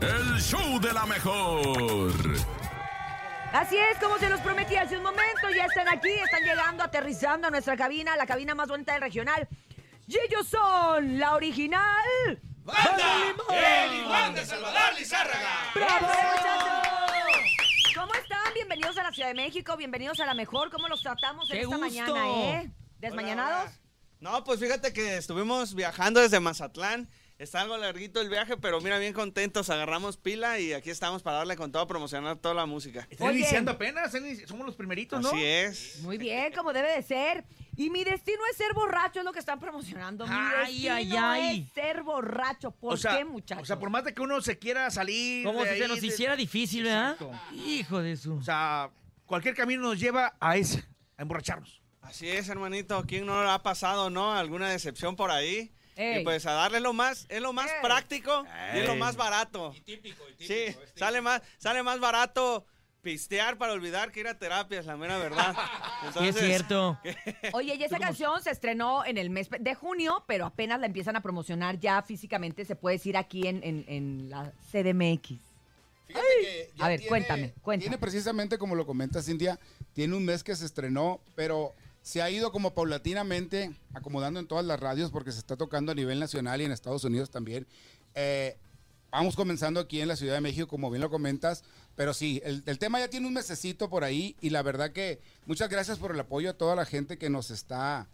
El show de la mejor. Así es, como se los prometí hace un momento, ya están aquí, están llegando, aterrizando a nuestra cabina, la cabina más bonita del regional. Y ellos son la original. ¡Banda! ¡El igual de Salvador Lizárraga! ¡Bravo! ¿Cómo están? Bienvenidos a la Ciudad de México, bienvenidos a la mejor. ¿Cómo los tratamos en ¡Qué esta gusto! mañana, eh? ¿Desmañanados? Hola, hola. No, pues fíjate que estuvimos viajando desde Mazatlán. Está algo larguito el viaje, pero mira, bien contentos. Agarramos pila y aquí estamos para darle con todo, promocionar toda la música. Están Oye. iniciando apenas, están inici- somos los primeritos, ¿no? Así es. Muy bien, como debe de ser. Y mi destino es ser borracho, es lo que están promocionando. Mi Ay, destino ay, ay. es ser borracho. ¿Por o sea, qué, muchachos? O sea, por más de que uno se quiera salir. Como de si se ahí, nos de- hiciera difícil, ¿verdad? Exacto. Hijo de su. O sea, cualquier camino nos lleva a ese, a emborracharnos. Así es, hermanito. ¿Quién no ha pasado, no? ¿Alguna decepción por ahí? Ey. Y pues a darle lo más, es lo más Ey. práctico y es lo Ey. más barato. típico, Sí, sale más, sale más barato pistear para olvidar que ir a terapia, es la mera verdad. Sí, es Entonces, cierto. Oye, y esa canción se estrenó en el mes de junio, pero apenas la empiezan a promocionar ya físicamente, se puede decir aquí en, en- en la CDMX. Fíjate que ya A ver, tiene- cuéntame, cuéntame. Tiene precisamente, como lo comenta Cintia, tiene un mes que se estrenó, pero se ha ido como paulatinamente acomodando en todas las radios porque se está tocando a nivel nacional y en Estados Unidos también. Eh, vamos comenzando aquí en la Ciudad de México, como bien lo comentas, pero sí, el, el tema ya tiene un mesecito por ahí y la verdad que muchas gracias por el apoyo a toda la gente que nos está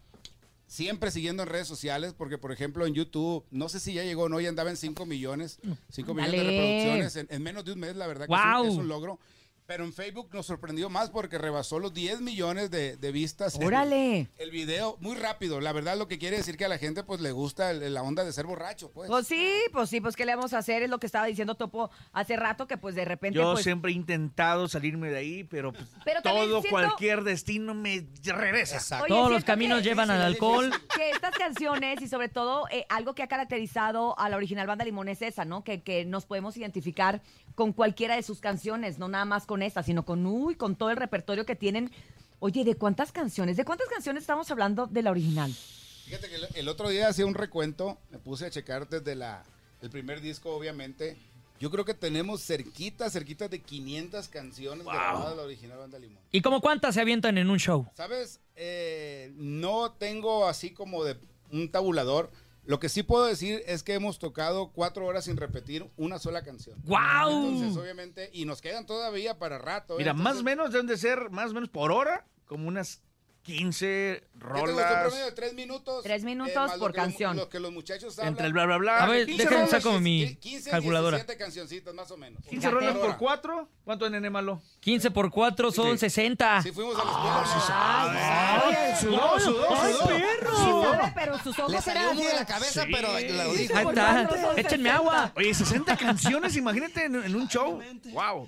siempre siguiendo en redes sociales, porque por ejemplo en YouTube, no sé si ya llegó o no, ya andaba en 5 millones, 5 millones de Dale. reproducciones en, en menos de un mes, la verdad que es un- Guau. es, un, logro. Pero en Facebook nos sorprendió más porque rebasó los 10 millones de, de vistas. Órale. El video muy rápido, la verdad lo que quiere decir que a la gente pues le gusta el- la onda de ser borracho, pues. Pues sí, pues sí, pues qué le vamos a hacer, es lo que estaba diciendo Topo hace rato, que pues de repente... Yo pues, siempre he intentado salirme de ahí, pero, pues, Pero también todo, siento- cualquier destino me regresa. Exacto. Oye, Todos los siento caminos que- llevan al alcohol. que estas canciones y sobre todo eh, algo que ha caracterizado a la original banda Limón es esa, ¿no? Que, que nos podemos identificar con cualquiera de sus canciones, no nada más con esta, sino con uy, con todo el repertorio que tienen. Oye, ¿de cuántas canciones? ¿De cuántas canciones estamos hablando de la original? Fíjate que el, el otro día hacía un recuento, me puse a checar desde la, el primer disco, obviamente. Yo creo que tenemos cerquitas, cerquitas de 500 canciones grabadas de la original Banda Limón. ¿Y como cuántas se avientan en un show? ¿Sabes? Eh, no tengo así como de un tabulador. Lo que sí puedo decir es que hemos tocado cuatro horas sin repetir una sola canción. ¡Guau! Entonces, obviamente, y nos quedan todavía para rato. ¿eh? Mira, más o Entonces, menos deben de ser, más o menos por hora, como unas 15 yo tengo este rolas. promedio de tres minutos. eh, Tres minutos más lo por que los mu- canción. Lo que los muchachos hablan. Entre el bla, bla, bla. A ver, 15 déjenme rolas, saco mi 15, calculadora. 17 cancioncitas, más o menos. 15 Fíjate. rolas por 4. ¿Cuánto en Enemalo? 15 por 4 son Sí. pues, 60. Sí, fuimos a los Ah, escuela. Sudó, sudó, sudó. Sí, sabe, pero sus ojos Le salió eran humo de la de- cabeza, Sí. pero lo dijo. Ahí por está. cuatro son Échenme 60. agua. Oye, 60 canciones, imagínate en, en un show. Wow.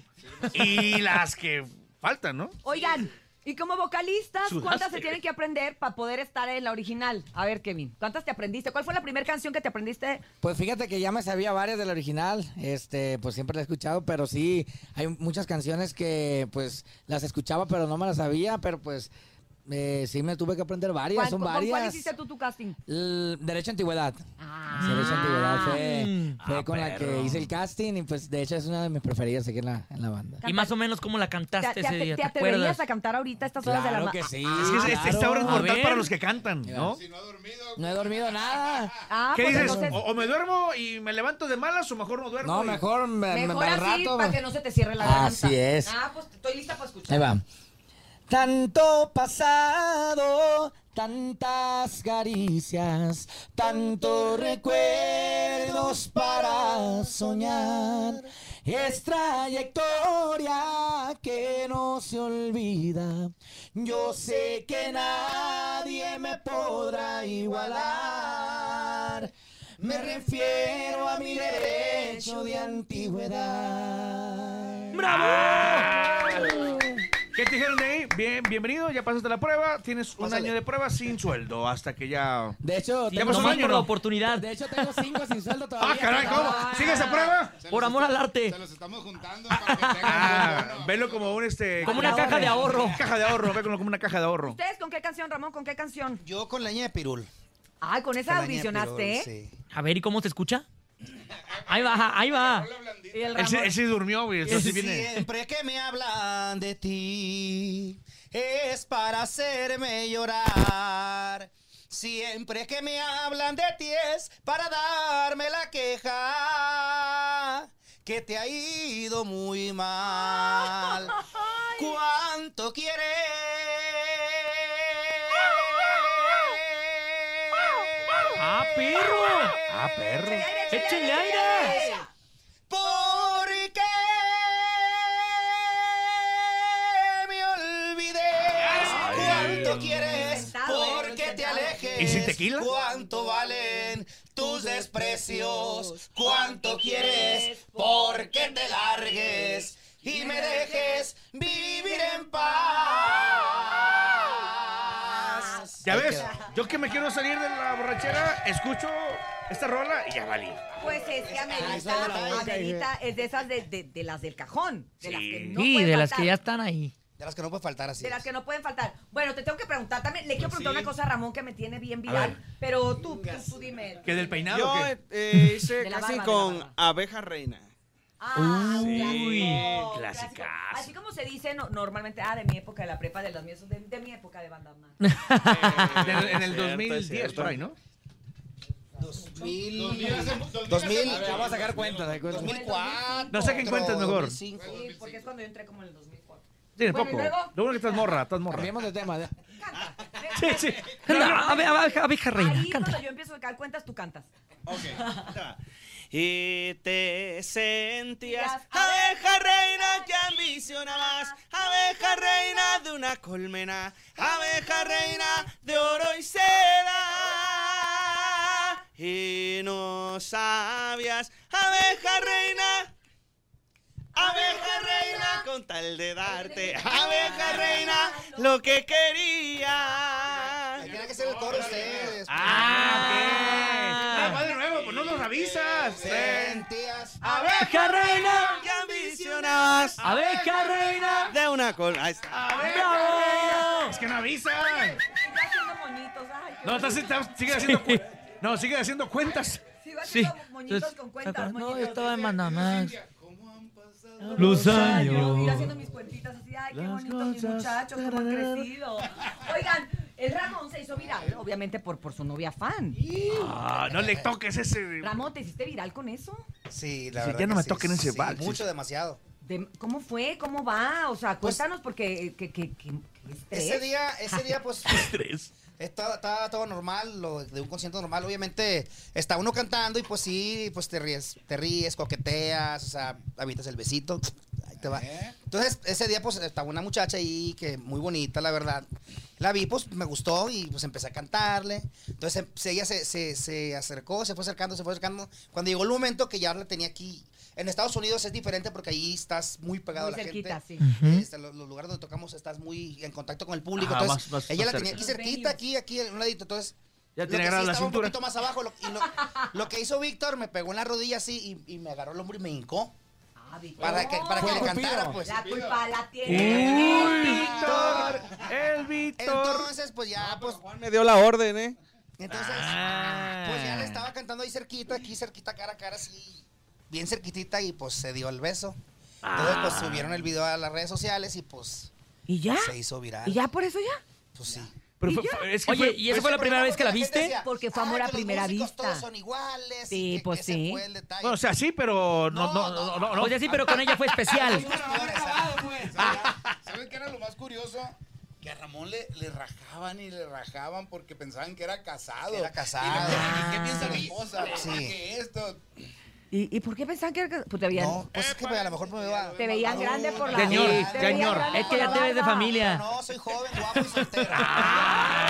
Y las que faltan, ¿no? Oigan, y como vocalistas, ¿cuántas Sudaste. se tienen que aprender para poder estar en la original? A ver, Kevin, ¿cuántas te aprendiste? ¿Cuál fue la primera canción que te aprendiste? Pues fíjate que ya me sabía varias de la original, este, pues siempre la he escuchado, pero sí, hay muchas canciones que pues las escuchaba, pero no me las sabía, pero pues eh, sí me tuve que aprender varias, ¿Cuál- son con ¿Cuál varias. hiciste tú tu casting? L- Derecho a Antigüedad. Ah. Derecho a Antigüedad fue, Ah, fue con la perro. que hice el casting y pues de hecho es una de mis preferidas aquí en la, en la banda. ¿Y más o menos cómo la cantaste ¿Te, te- ese día? te ¿Te acuerdas? atreverías a cantar ahorita a estas horas de la Claro ma- que sí. Es que este- esta hora es claro. mortal ver. para los que cantan, ¿no? Si no ha dormido. No he dormido nada. Ah, ¿Qué pues dices? entonces, O, o me duermo y me levanto de malas o mejor no duermo. No, y- mejor me, me- mejor para el así rato. para que no se te cierre la garganta. Así es. Ah, pues estoy lista para Ahí escuchar. va. Tanto pasado, tantas caricias, tantos recuerdos para soñar. Es trayectoria que no se olvida. Yo sé que nadie me podrá igualar. Me refiero a mi derecho de antigüedad. ¡Bravo! ¿Qué te dijeron de ahí? Bien, bienvenido, ya pasaste la prueba. Tienes un Pásale. año de prueba sin sueldo hasta que ya. De hecho, Sí, tengo pasó un nomás año, por la ¿no? oportunidad. De hecho, tengo cinco sin sueldo todavía. ¡Ah, caray! ¿Cómo? ¿Sigue esa prueba? Se Por los amor está- al arte. Se los estamos juntando para que tengan Ah, algo bueno. velo como un este. Como una caja de ahorro. Caja de ahorro, véanlo como una caja de ahorro. ¿Ustedes con qué canción, Ramón? ¿Con qué canción? Yo con leña de pirul. Ay, con esa Con leña de audicionaste, ¿eh? pirul, sí. A ver, ¿y cómo se escucha? Ahí va, ahí va. Eh, Y Este el Él sí, Ramón- él sí durmió, güey. Entonces Este sí viene. Siempre que me hablan de ti es para hacerme llorar. Siempre que me hablan de ti es para darme la queja que te ha ido muy mal. ¿Cuánto quieres? ¡Ah, perro! Ah, perro. ¡Échenle aire! Porque me olvidé cuánto quieres, Inventado, ¿eh? porque te Inventado. alejes. ¿Y sin tequila? ¿Cuánto valen tus desprecios? ¿Cuánto quieres? Porque te largues y me dejes vivir en paz. Ya ves, yo que me quiero salir de la borrachera, escucho esta rola y ya valí. Pues es que Ah, esa es la amerita, boca, amerita, es de esas de, de- de las del cajón. De las que no Sí, pueden de las faltar, que ya están ahí. De las que no puede faltar así. De las es. que no pueden faltar. Bueno, te tengo que preguntar también. Le quiero Pues preguntar una cosa a Ramón que me tiene bien viral. Pero tú, tú, tú dime. ¿Que del peinado Yo o qué? eh, hice De la casting barba, de la con barba. abeja reina. Ah, un Uy, clásico, clasicazo. clásico. Así como se dice no- normalmente, ah, de mi época de la prepa, de las mías, de, de mi época de banda man. Ah, Del- en el Cierto, 2010, cierto. por ahí, ¿no? 2000. 2000. Ya vamos a sacar cuentas. 2004. No saquen cuentas mejor. 2005. Sí, porque es cuando yo entré como en el 2004. Sí, Bueno, poco. ¿y luego? Lo bueno que estás morra, estás morra. Cambiemos de tema. ¿eh? ya. Canta. Sí, sí. Anda, ave- ave- abeja reina, Ahí cántala. cuando yo empiezo a sacar cuentas, tú cantas. Y te sentías Las abeja reina que ambicionabas, abeja reina de una colmena, abeja reina de oro y seda. Y no sabías, abeja reina, abeja reina, con tal de darte, abeja reina, lo que Ahí querías. Tiene que ser el coro ustedes. Ah, ok. Ah, va de nuevo, pues no nos Ah, avisas. Sentías. Abeja reina, Que ambicionabas abeja reina. de una colmena. Ahí está. ¡Bravo! Es que no avisan. Sigo haciendo moñitos. Ay, qué No, estás, estás- sigue haciendo cu- No, sigue haciendo cuentas. Sigo Sí. haciendo moñitos con cuentas. No, yo moñitos. estaba en Mandamás. Los años. Mira, haciendo mis cuentitas así, ay, qué bonito mis muchachos, cómo han crecido. Oigan, el Ramón se hizo viral, obviamente por, por su novia fan. Ah, no le toques ese. Ramón, ¿te hiciste viral con eso? Sí, la Sí, verdad. ya no que me sí, toquen ese sí, vals, Mucho, sí. demasiado. De- ¿Cómo fue? ¿Cómo va? O sea, Pues- cuéntanos porque eh, que, que, que- que estrés. Ese día, ese día, pues. Tres. Estaba, estaba todo normal, lo de un concierto normal. Obviamente, está uno cantando y pues sí, pues te ríes, te ríes, coqueteas, o sea, avientas el besito, ahí te va. Eh. Entonces, ese día pues estaba una muchacha ahí que muy bonita, la verdad. La vi, pues me gustó y pues empecé a cantarle. Entonces, em, se- ella se, se- se acercó, se fue acercando, se fue acercando. Cuando llegó el momento que ya la tenía aquí. En Estados Unidos es diferente porque ahí estás muy pegado Muy a la cerquita, gente. sí. Ujú. Este, los, los lugares donde tocamos estás muy en contacto con el público. Ajá, entonces, vas- vas- ella la vas tenía cerca. aquí cerquita, aquí, aquí, en un ladito. Entonces, Ya lo tenía que agarrado sí la estaba cintura. un poquito más abajo. Lo, y lo, lo que hizo Víctor, me pegó en la rodilla así y, y me agarró el hombro y me hincó. Ah, Víctor. Para que, para que le cantara, pues. La culpa la tiene. Uy, Víctor. El Víctor. Entonces, pues ya, pues. Juan me dio la orden, ¿eh? Entonces, Ah. pues ya le estaba cantando ahí cerquita, aquí cerquita, cara a cara, así. Bien cerquitita y pues se dio el beso. Entonces, Ah. pues subieron el video a las redes sociales y pues ¿Y ya? se hizo viral. Ah. ¿Y ya por eso ya? Pues sí. Pero ¿Y fue- ya? fue- es que Oye, fue- ¿y esa fue la primera vez que la viste? Porque fue amor "Ay, a que los primera músicos vista". Todos son iguales. Sí, y que- pues ese sí. fue el detalle. Bueno, o sea, sí, pero no, no, No, no, no, no, no. Oye, Pues sí, pero con ella fue especial. Peores, ¿Saben qué era lo más curioso? Que a Ramón le, le rajaban y le rajaban porque pensaban que era casado. Era casado. Y le- Ah. ¿Qué piensa mi esposa? Sí. Que esto? ¿Y, y por qué pensaban que era que- pues te veían? No, pues es que a lo mejor me veo. Te veían grande por la Señor, te veían señor, grande Es que por ya la te ves de barba. familia. No, soy joven, guapo y soltero. Ah,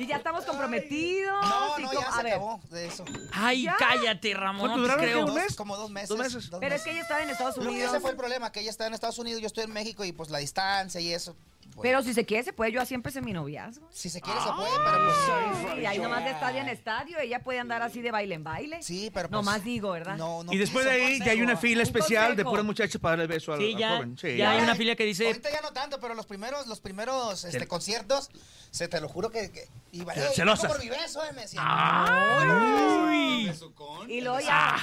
Y ya estamos comprometidos. No, y no, como- ya a se ver, acabó de eso. Ay, Ya. cállate, Ramón, ¿Cuánto no te duraron? creo. ¿Un Dos- mes? Como dos meses. Dos meses. Pero es que ella estaba en Estados Lo que Unidos. ese fue el problema, que ella estaba en Estados Unidos, yo estoy en México y pues la distancia y eso. Pero Ah. si se quiere, se puede. Yo así empecé mi noviazgo. Si se quiere, se puede, pero pues. Y ahí nomás de estadio en estadio, ella puede andar así de baile en baile. Sí, pero pues. Nomás digo, ¿verdad? No, no y después de quiso, ahí consejo. ya hay una fila Un especial de consejo. puras muchachas para darle el beso al, Sí, al ya, joven. Sí, ya hay ya. una fila que dice, Ahorita ya no tanto, pero los primeros, los primeros este, Cel- conciertos, se te lo juro que. que iba, Pero "Ey, celosas. vengo por mi beso, eh, me decían. Ah, ¡Ay! Y luego ya,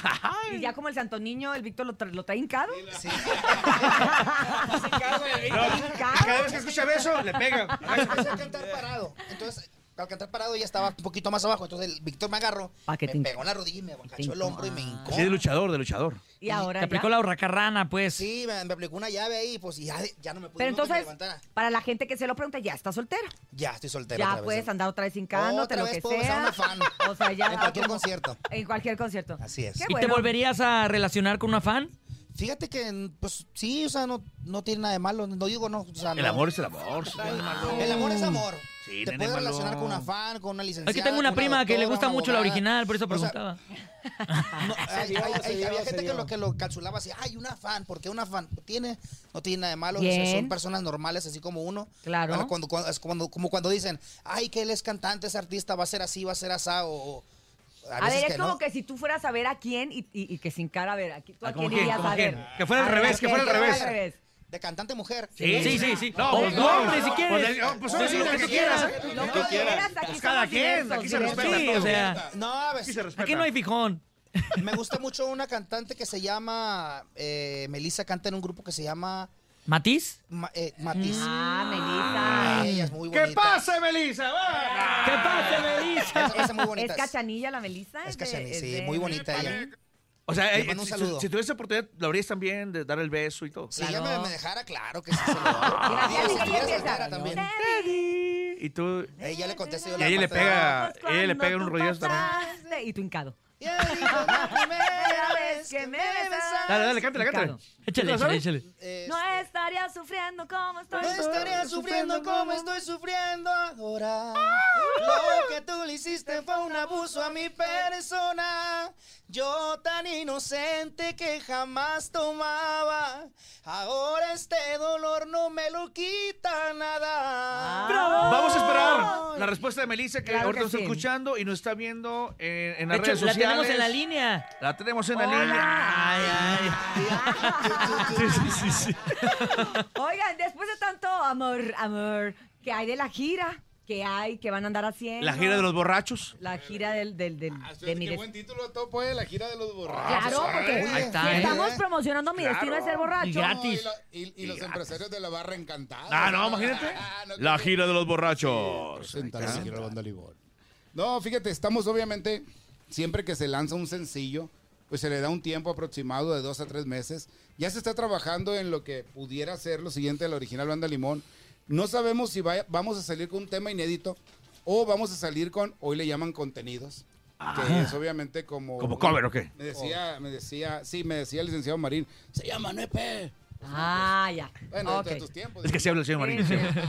y ya como el Santo Niño, el Víctor lo, tra- lo trae hincado. Sí. Cada vez que escucha beso, le pega. Yo empecé a cantar parado. Entonces, al cantar parado ya estaba un poquito más abajo. Entonces, el Víctor me agarró, Pa' que me te hinc- pegó en la rodilla y me te Ah. cachó el hombro y me hincó. Sí, de luchador, de luchador. Y ahora Te aplicó ya. la hurracarrana, pues. Sí, me, me aplicó una llave ahí, pues y ya, ya no me pude Pero no que me entonces, levantara. para la gente que se lo pregunta, ya está soltera. Ya, estoy soltero. Ya otra vez. puedes andar otra vez hincándote, Otra lo vez que puedo besar sea. a una fan. O sea, ya. En cualquier concierto. En cualquier concierto. Así es. Qué ¿Y te bueno. Pues volverías a relacionar con una fan? Fíjate que, pues sí, o sea, no, no tiene nada de malo. No digo no. O sea, El no. amor es el amor. sí. El amor es amor. Sí, Te nene puedes malo. relacionar con una fan, con una licenciada. Es que tengo una con prima que le doctora, gusta una mucho la abogada. original, por eso O sea, preguntaba. no, hay- dio, hay- se hay- dio, había se gente que dio. lo, que lo calculaba así, ay, una fan, ¿por qué una fan? Tiene, no tiene nada de malo, o sea, Bien. son personas normales, así como uno. Claro. Ahora, Cuando, cuando- es cuando- como cuando dicen, ay, que él es cantante, es artista, va a ser así, va a ser asá, o... o- A veces ver, es como no. que si tú fueras a ver a quién y, y- y que sin cara a ver, aquí, tú a Ah, ¿cómo quién quién? irías ¿Cómo a ver. quién? Que fuera al A ver, revés, que ¿a fuera al quién revés. fuera al revés. De cantante mujer. Sí, sí, sí. No, O pues no. nombre, si quieres. Pues, eh, pues, ahora sí, lo que quieras. Lo Lo que que quieras. quieras, aquí Pues cada somos quien, diversos, aquí se diversos. respeta. Sí, todo. o sea, No, a Aquí se veces, respeta. aquí no hay fijón. me gusta mucho una cantante que se llama, eh, Melissa canta en un grupo que se llama ¿Matiz? Ma- eh, Matiz. Ah, Melissa. Ella es muy bonita. ¡Que pase, Melissa! ¡Va! ¿Qué pasa, Melissa? Esa, esa es muy bonita. ¿Es cachanilla la Melissa? Es de- cachanilla, es sí, de- muy bonita ella. O sea, Le eh, mando un si, saludo. si tuviese oportunidad, lo habrías también de dar el beso y todo. Si ella me, Claro. me dejara, claro que sí se lo doy. Gracias, Digo, si ella estuviera empieza. soltera también. Y tú. Ella le contesta yo Y la ella le parte de- pega. Ojos ella le pega cuando un tú rodillazo también. pasaste- Y tu hincado. Y él dijo, "La primera vez que me besaste, Dale, dale, cántale, cántale. Ricardo. Échale, ¿Lo échale, sabes? échale. eh, No estaría sufriendo como estoy. No estaría sufriendo como estoy sufriendo ahora. Lo que tú le hiciste fue un abuso a mi persona. Yo tan inocente que jamás tomaba. Ahora este dolor no me lo quita Ah. nada. Vamos a esperar la respuesta de Melissa, que Claro ahorita que nos está sí. escuchando y nos está viendo en, en De las hecho, redes la sociales. tenemos en la línea. La tenemos en la Hola. línea. Ay, ay. Sí, sí, sí, sí. Oigan, después de tanto amor, amor, que hay de la gira, que hay, que van a andar haciendo. La gira de los borrachos. La gira del, del, del, Ah, de mi qué des- buen título, todo puede la gira de los borrachos. Claro, porque Ahí está, si ¿eh? estamos promocionando mi destino de ser borracho. Y gratis. Y, la- y- y los empresarios de la barra encantados. Ah, no, imagínate. Ah, no, La que- gira de los borrachos. Presentar la gira de la banda Libor. No, fíjate, estamos obviamente, siempre que se lanza un sencillo, pues se le da un tiempo aproximado de dos a tres meses. Ya se está trabajando en lo que pudiera ser lo siguiente de la original banda Limón. No sabemos si vaya- vamos a salir con un tema inédito o vamos a salir con, hoy le llaman contenidos, que es obviamente como... Ah. ¿Como cover o qué? Oh. Me decía, me decía, sí, me decía el licenciado Marín, se llama no EP. Ah, ya. Bueno, Ok. dentro de tus tiempos. Es que se habla el señor Sí, Marín. sí.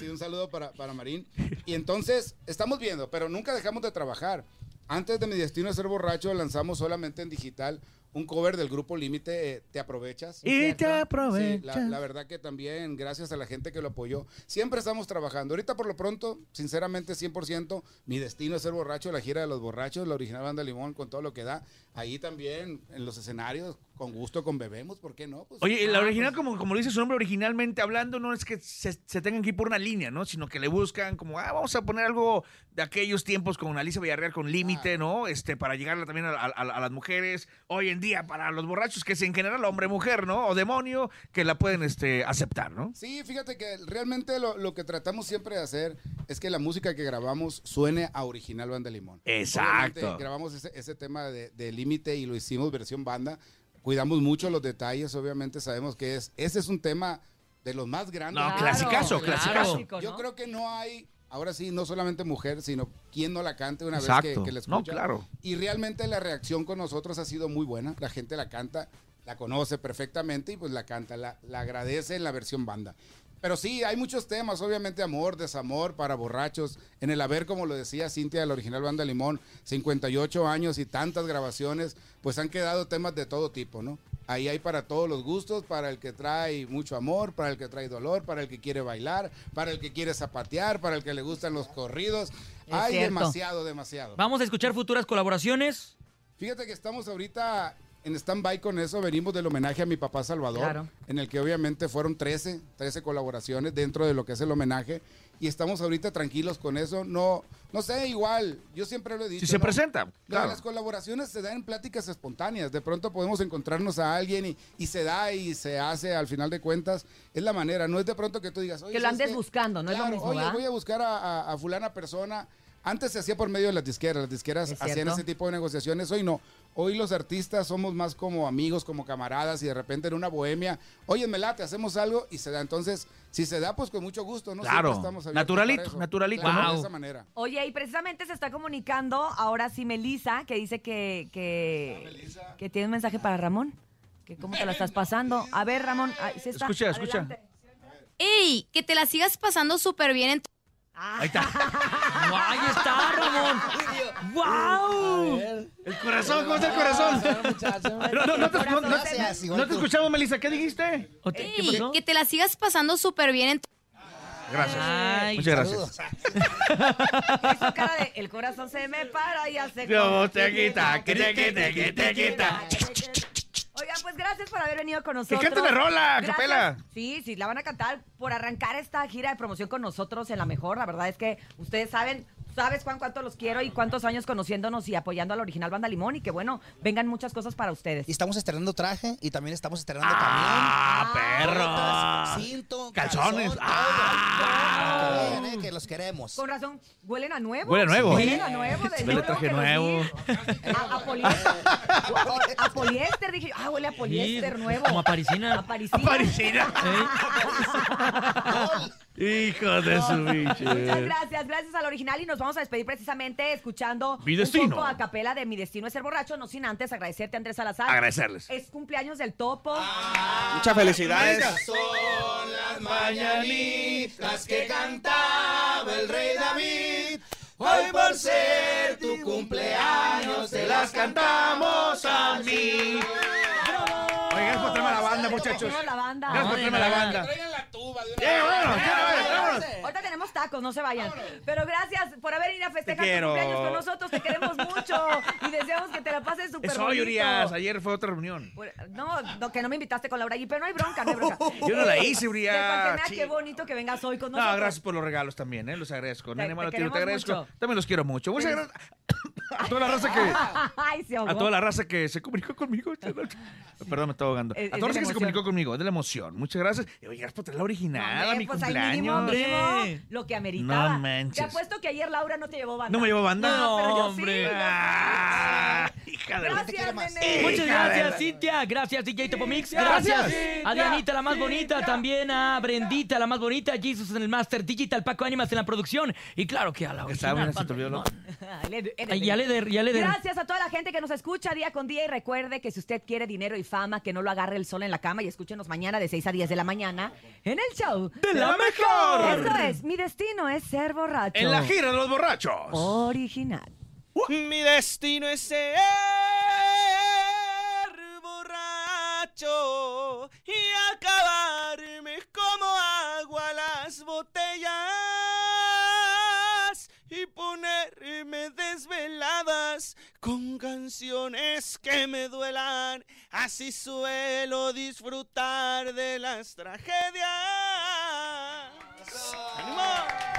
Sí, un saludo para, para Marín. Y entonces, estamos viendo, pero nunca dejamos de trabajar. Antes de Mi Destino de Ser Borracho, lanzamos solamente en digital un cover del grupo Límite, eh, Te Aprovechas. Y te Sí, aprovecha. la, la verdad que también gracias a la gente que lo apoyó. Siempre estamos trabajando. Ahorita por lo pronto, sinceramente 100%, mi destino es ser borracho, la gira de los borrachos, la original banda Limón con todo lo que da. Ahí también en los escenarios, con gusto, con bebemos, ¿por qué no? Pues, Oye, y la ah, original, pues, como, como dice su nombre originalmente hablando, no es que se, se tengan que ir por una línea, ¿no? Sino que le buscan como, ah, vamos a poner algo de aquellos tiempos con Alicia Villarreal con Ah. límite, ¿no? Este, para llegarle también a, a- a- a las mujeres. Hoy en día, para los borrachos, que es en general hombre-mujer, ¿no? O demonio, que la pueden este, aceptar, ¿no? Sí, fíjate que realmente lo, lo que tratamos siempre de hacer es que la música que grabamos suene a original banda Limón. Exacto. Obviamente, grabamos ese, ese tema de, de límite y lo hicimos versión banda. Cuidamos mucho los detalles, obviamente sabemos que es. Ese es un tema de los más grandes. No, clasicazo, clasicazo. Clásico, Yo ¿no? creo que no hay, ahora sí, no solamente mujer, sino quien no la cante una vez Exacto. que, que la No, escucha. claro. Y realmente la reacción con nosotros ha sido muy buena. La gente la canta, la conoce perfectamente y pues la canta, la, la agradece en la versión banda. Pero sí, hay muchos temas, obviamente amor, desamor, para borrachos. En el haber, como lo decía Cintia de la original banda Limón, 58 años y tantas grabaciones, pues han quedado temas de todo tipo, ¿no? Ahí hay para todos los gustos, para el que trae mucho amor, para el que trae dolor, para el que quiere bailar, para el que quiere zapatear, para el que le gustan los corridos. Es hay cierto. demasiado, demasiado. Vamos a escuchar futuras colaboraciones. Fíjate que estamos ahorita en stand-by con eso. Venimos del homenaje a mi papá Salvador, Claro. en el que obviamente fueron 13, 13 colaboraciones dentro de lo que es el homenaje. Y estamos ahorita tranquilos con eso. No, no sé, igual, yo siempre lo he dicho. Si se ¿no? presenta, Lo de claro. Las colaboraciones se dan en pláticas espontáneas. De pronto podemos encontrarnos a alguien y, y se da y se hace al final de cuentas. Es la manera. No es de pronto que tú digas. Oye, Que lo ¿sabes andes qué? buscando, no es lo Claro, mismo, Oye, ¿verdad? voy a buscar a, a- a fulana persona. Antes se hacía por medio de las disqueras. Las disqueras Es hacían cierto. ese tipo de negociaciones. Hoy no. Hoy los artistas somos más como amigos, como camaradas y de repente en una bohemia, oye, me late, hacemos algo y se da. Entonces, si se da, pues con mucho gusto, ¿no? Claro. Siempre estamos abiertos Naturalito, para eso. naturalito, Claro, ¿no? De esa manera. Oye, y precisamente se está comunicando ahora sí Melisa, que dice que, que, que tiene un mensaje para Ramón. Que cómo te la estás pasando. A ver, Ramón, ahí sí está. Escucha, escucha. Adelante. ¡Ey! Que te la sigas pasando súper bien en tu Ah, Ahí está. ¡Ahí está, Ramón! ¡Wow! El corazón, ¿cómo está el corazón? No, no, no te, no- no- Gracias, igual no te tú. escuchamos, Melissa. ¿Qué dijiste? ¿O te- ¿Qué Ey, pasó? Que te la sigas pasando súper bien en tu Gracias. Ay, Muchas gracias. Saludos. hizo cara de el corazón se me para y hace. Yo te quita, que te quita, que te quita. Oigan, pues gracias por haber venido con Que nosotros. cante la rola, Gracias. capela. Sí, sí, la van a cantar por arrancar esta gira de promoción con nosotros en la mejor. La verdad es que ustedes saben, sabes Juan cuánto los quiero y cuántos años conociéndonos y apoyando a la original Banda Limón y que bueno, vengan muchas cosas para ustedes. Y estamos estrenando traje y también estamos estrenando Ah, camión. botas, perro. Cinto, Calzones. calzón, Ah. todo. Que vean, eh, que los queremos. Con razón, huelen a nuevo. Huele a nuevo. Huelen a nuevo. de Huele a traje que los nuevo. vi. A, a poliéster. A poliéster, dije yo. Ah, huele a poliéster Sí, nuevo. como a parisina. A parisina. Hijo de su Muchas bicho. gracias, gracias al original y nos vamos a despedir precisamente escuchando Mi destino. un poco a capela de Mi Destino es ser borracho, no sin antes agradecerte Andrés Salazar. Agradecerles. Es cumpleaños del topo. Ah, Muchas felicidades. Son las mañanitas que cantaba el rey David. Hoy por ser tu cumpleaños te las cantamos a mí. Oigan, por traerme a la banda, muchachos. Toda la banda. Gracias No, de por traerme a la nada. banda. Traigan la tuba de una Eh, bueno, ya, vámonos. Ahorita tenemos tacos, no se vayan. Pero gracias por haber ido a festejar Te tu quiero. cumpleaños con nosotros. Te queremos mucho y deseamos que te la pases súper Es hoy, bonito. Urias. Ayer fue otra reunión. Por- No, no, que no me invitaste con Laura allí, pero no hay bronca, no hay bronca. Yo no la hice, Urias. De cualquier manera, Sí. qué bonito que vengas hoy con No, nosotros. gracias por los regalos también, ¿eh? Los agradezco. Te- Nene Malo te Tiro, te queremos agradezco. mucho. También los quiero mucho. Muchas Eres- Ah, gracias a toda la raza que... Ay, se ahogó. A toda la raza que se comunicó conmigo esta noche. Perdón, me estaba ahogando. Es- a es toda de la raza que se emoción. comunicó conmigo, de la emoción. Muchas gracias. Y oye, gracias por traer la original, a Hombre, mi pues ahí mínimo, cumpleaños. mínimo Sí. lo que ameritaba. No manches. Te apuesto que ayer Laura no te llevó banda. ¿No me llevó banda? No, pero yo sí, hombre. yo sí. Ah, hija de la- te quiero más. Gracias, nene. Muchas Hija de gracias, la- Cintia. Gracias, DJ Topomix. Gracias. A Dianita, la más bonita. También a Brendita, la más bonita. Jesus en el Master Digital. Paco Ánimas en la producción. Y claro que a la Estaba original. bien, se te olvidó lo- Ay, le- eres Ay, ya le der, ya le der. Gracias a toda la gente que nos escucha día con día y recuerde que si usted quiere dinero y fama, que no lo agarre el sol en la cama y escúchenos mañana de 6 a 10 de la mañana en el show. ¡De la mejor! Esto es, mi destino es ser borracho. En la gira de los borrachos. Original. Uh. Mi destino es ser borracho y acabarme como agua las botellas y ponerme desveladas con canciones que me duelan. Así suelo disfrutar de las tragedias. ¡Ánimo!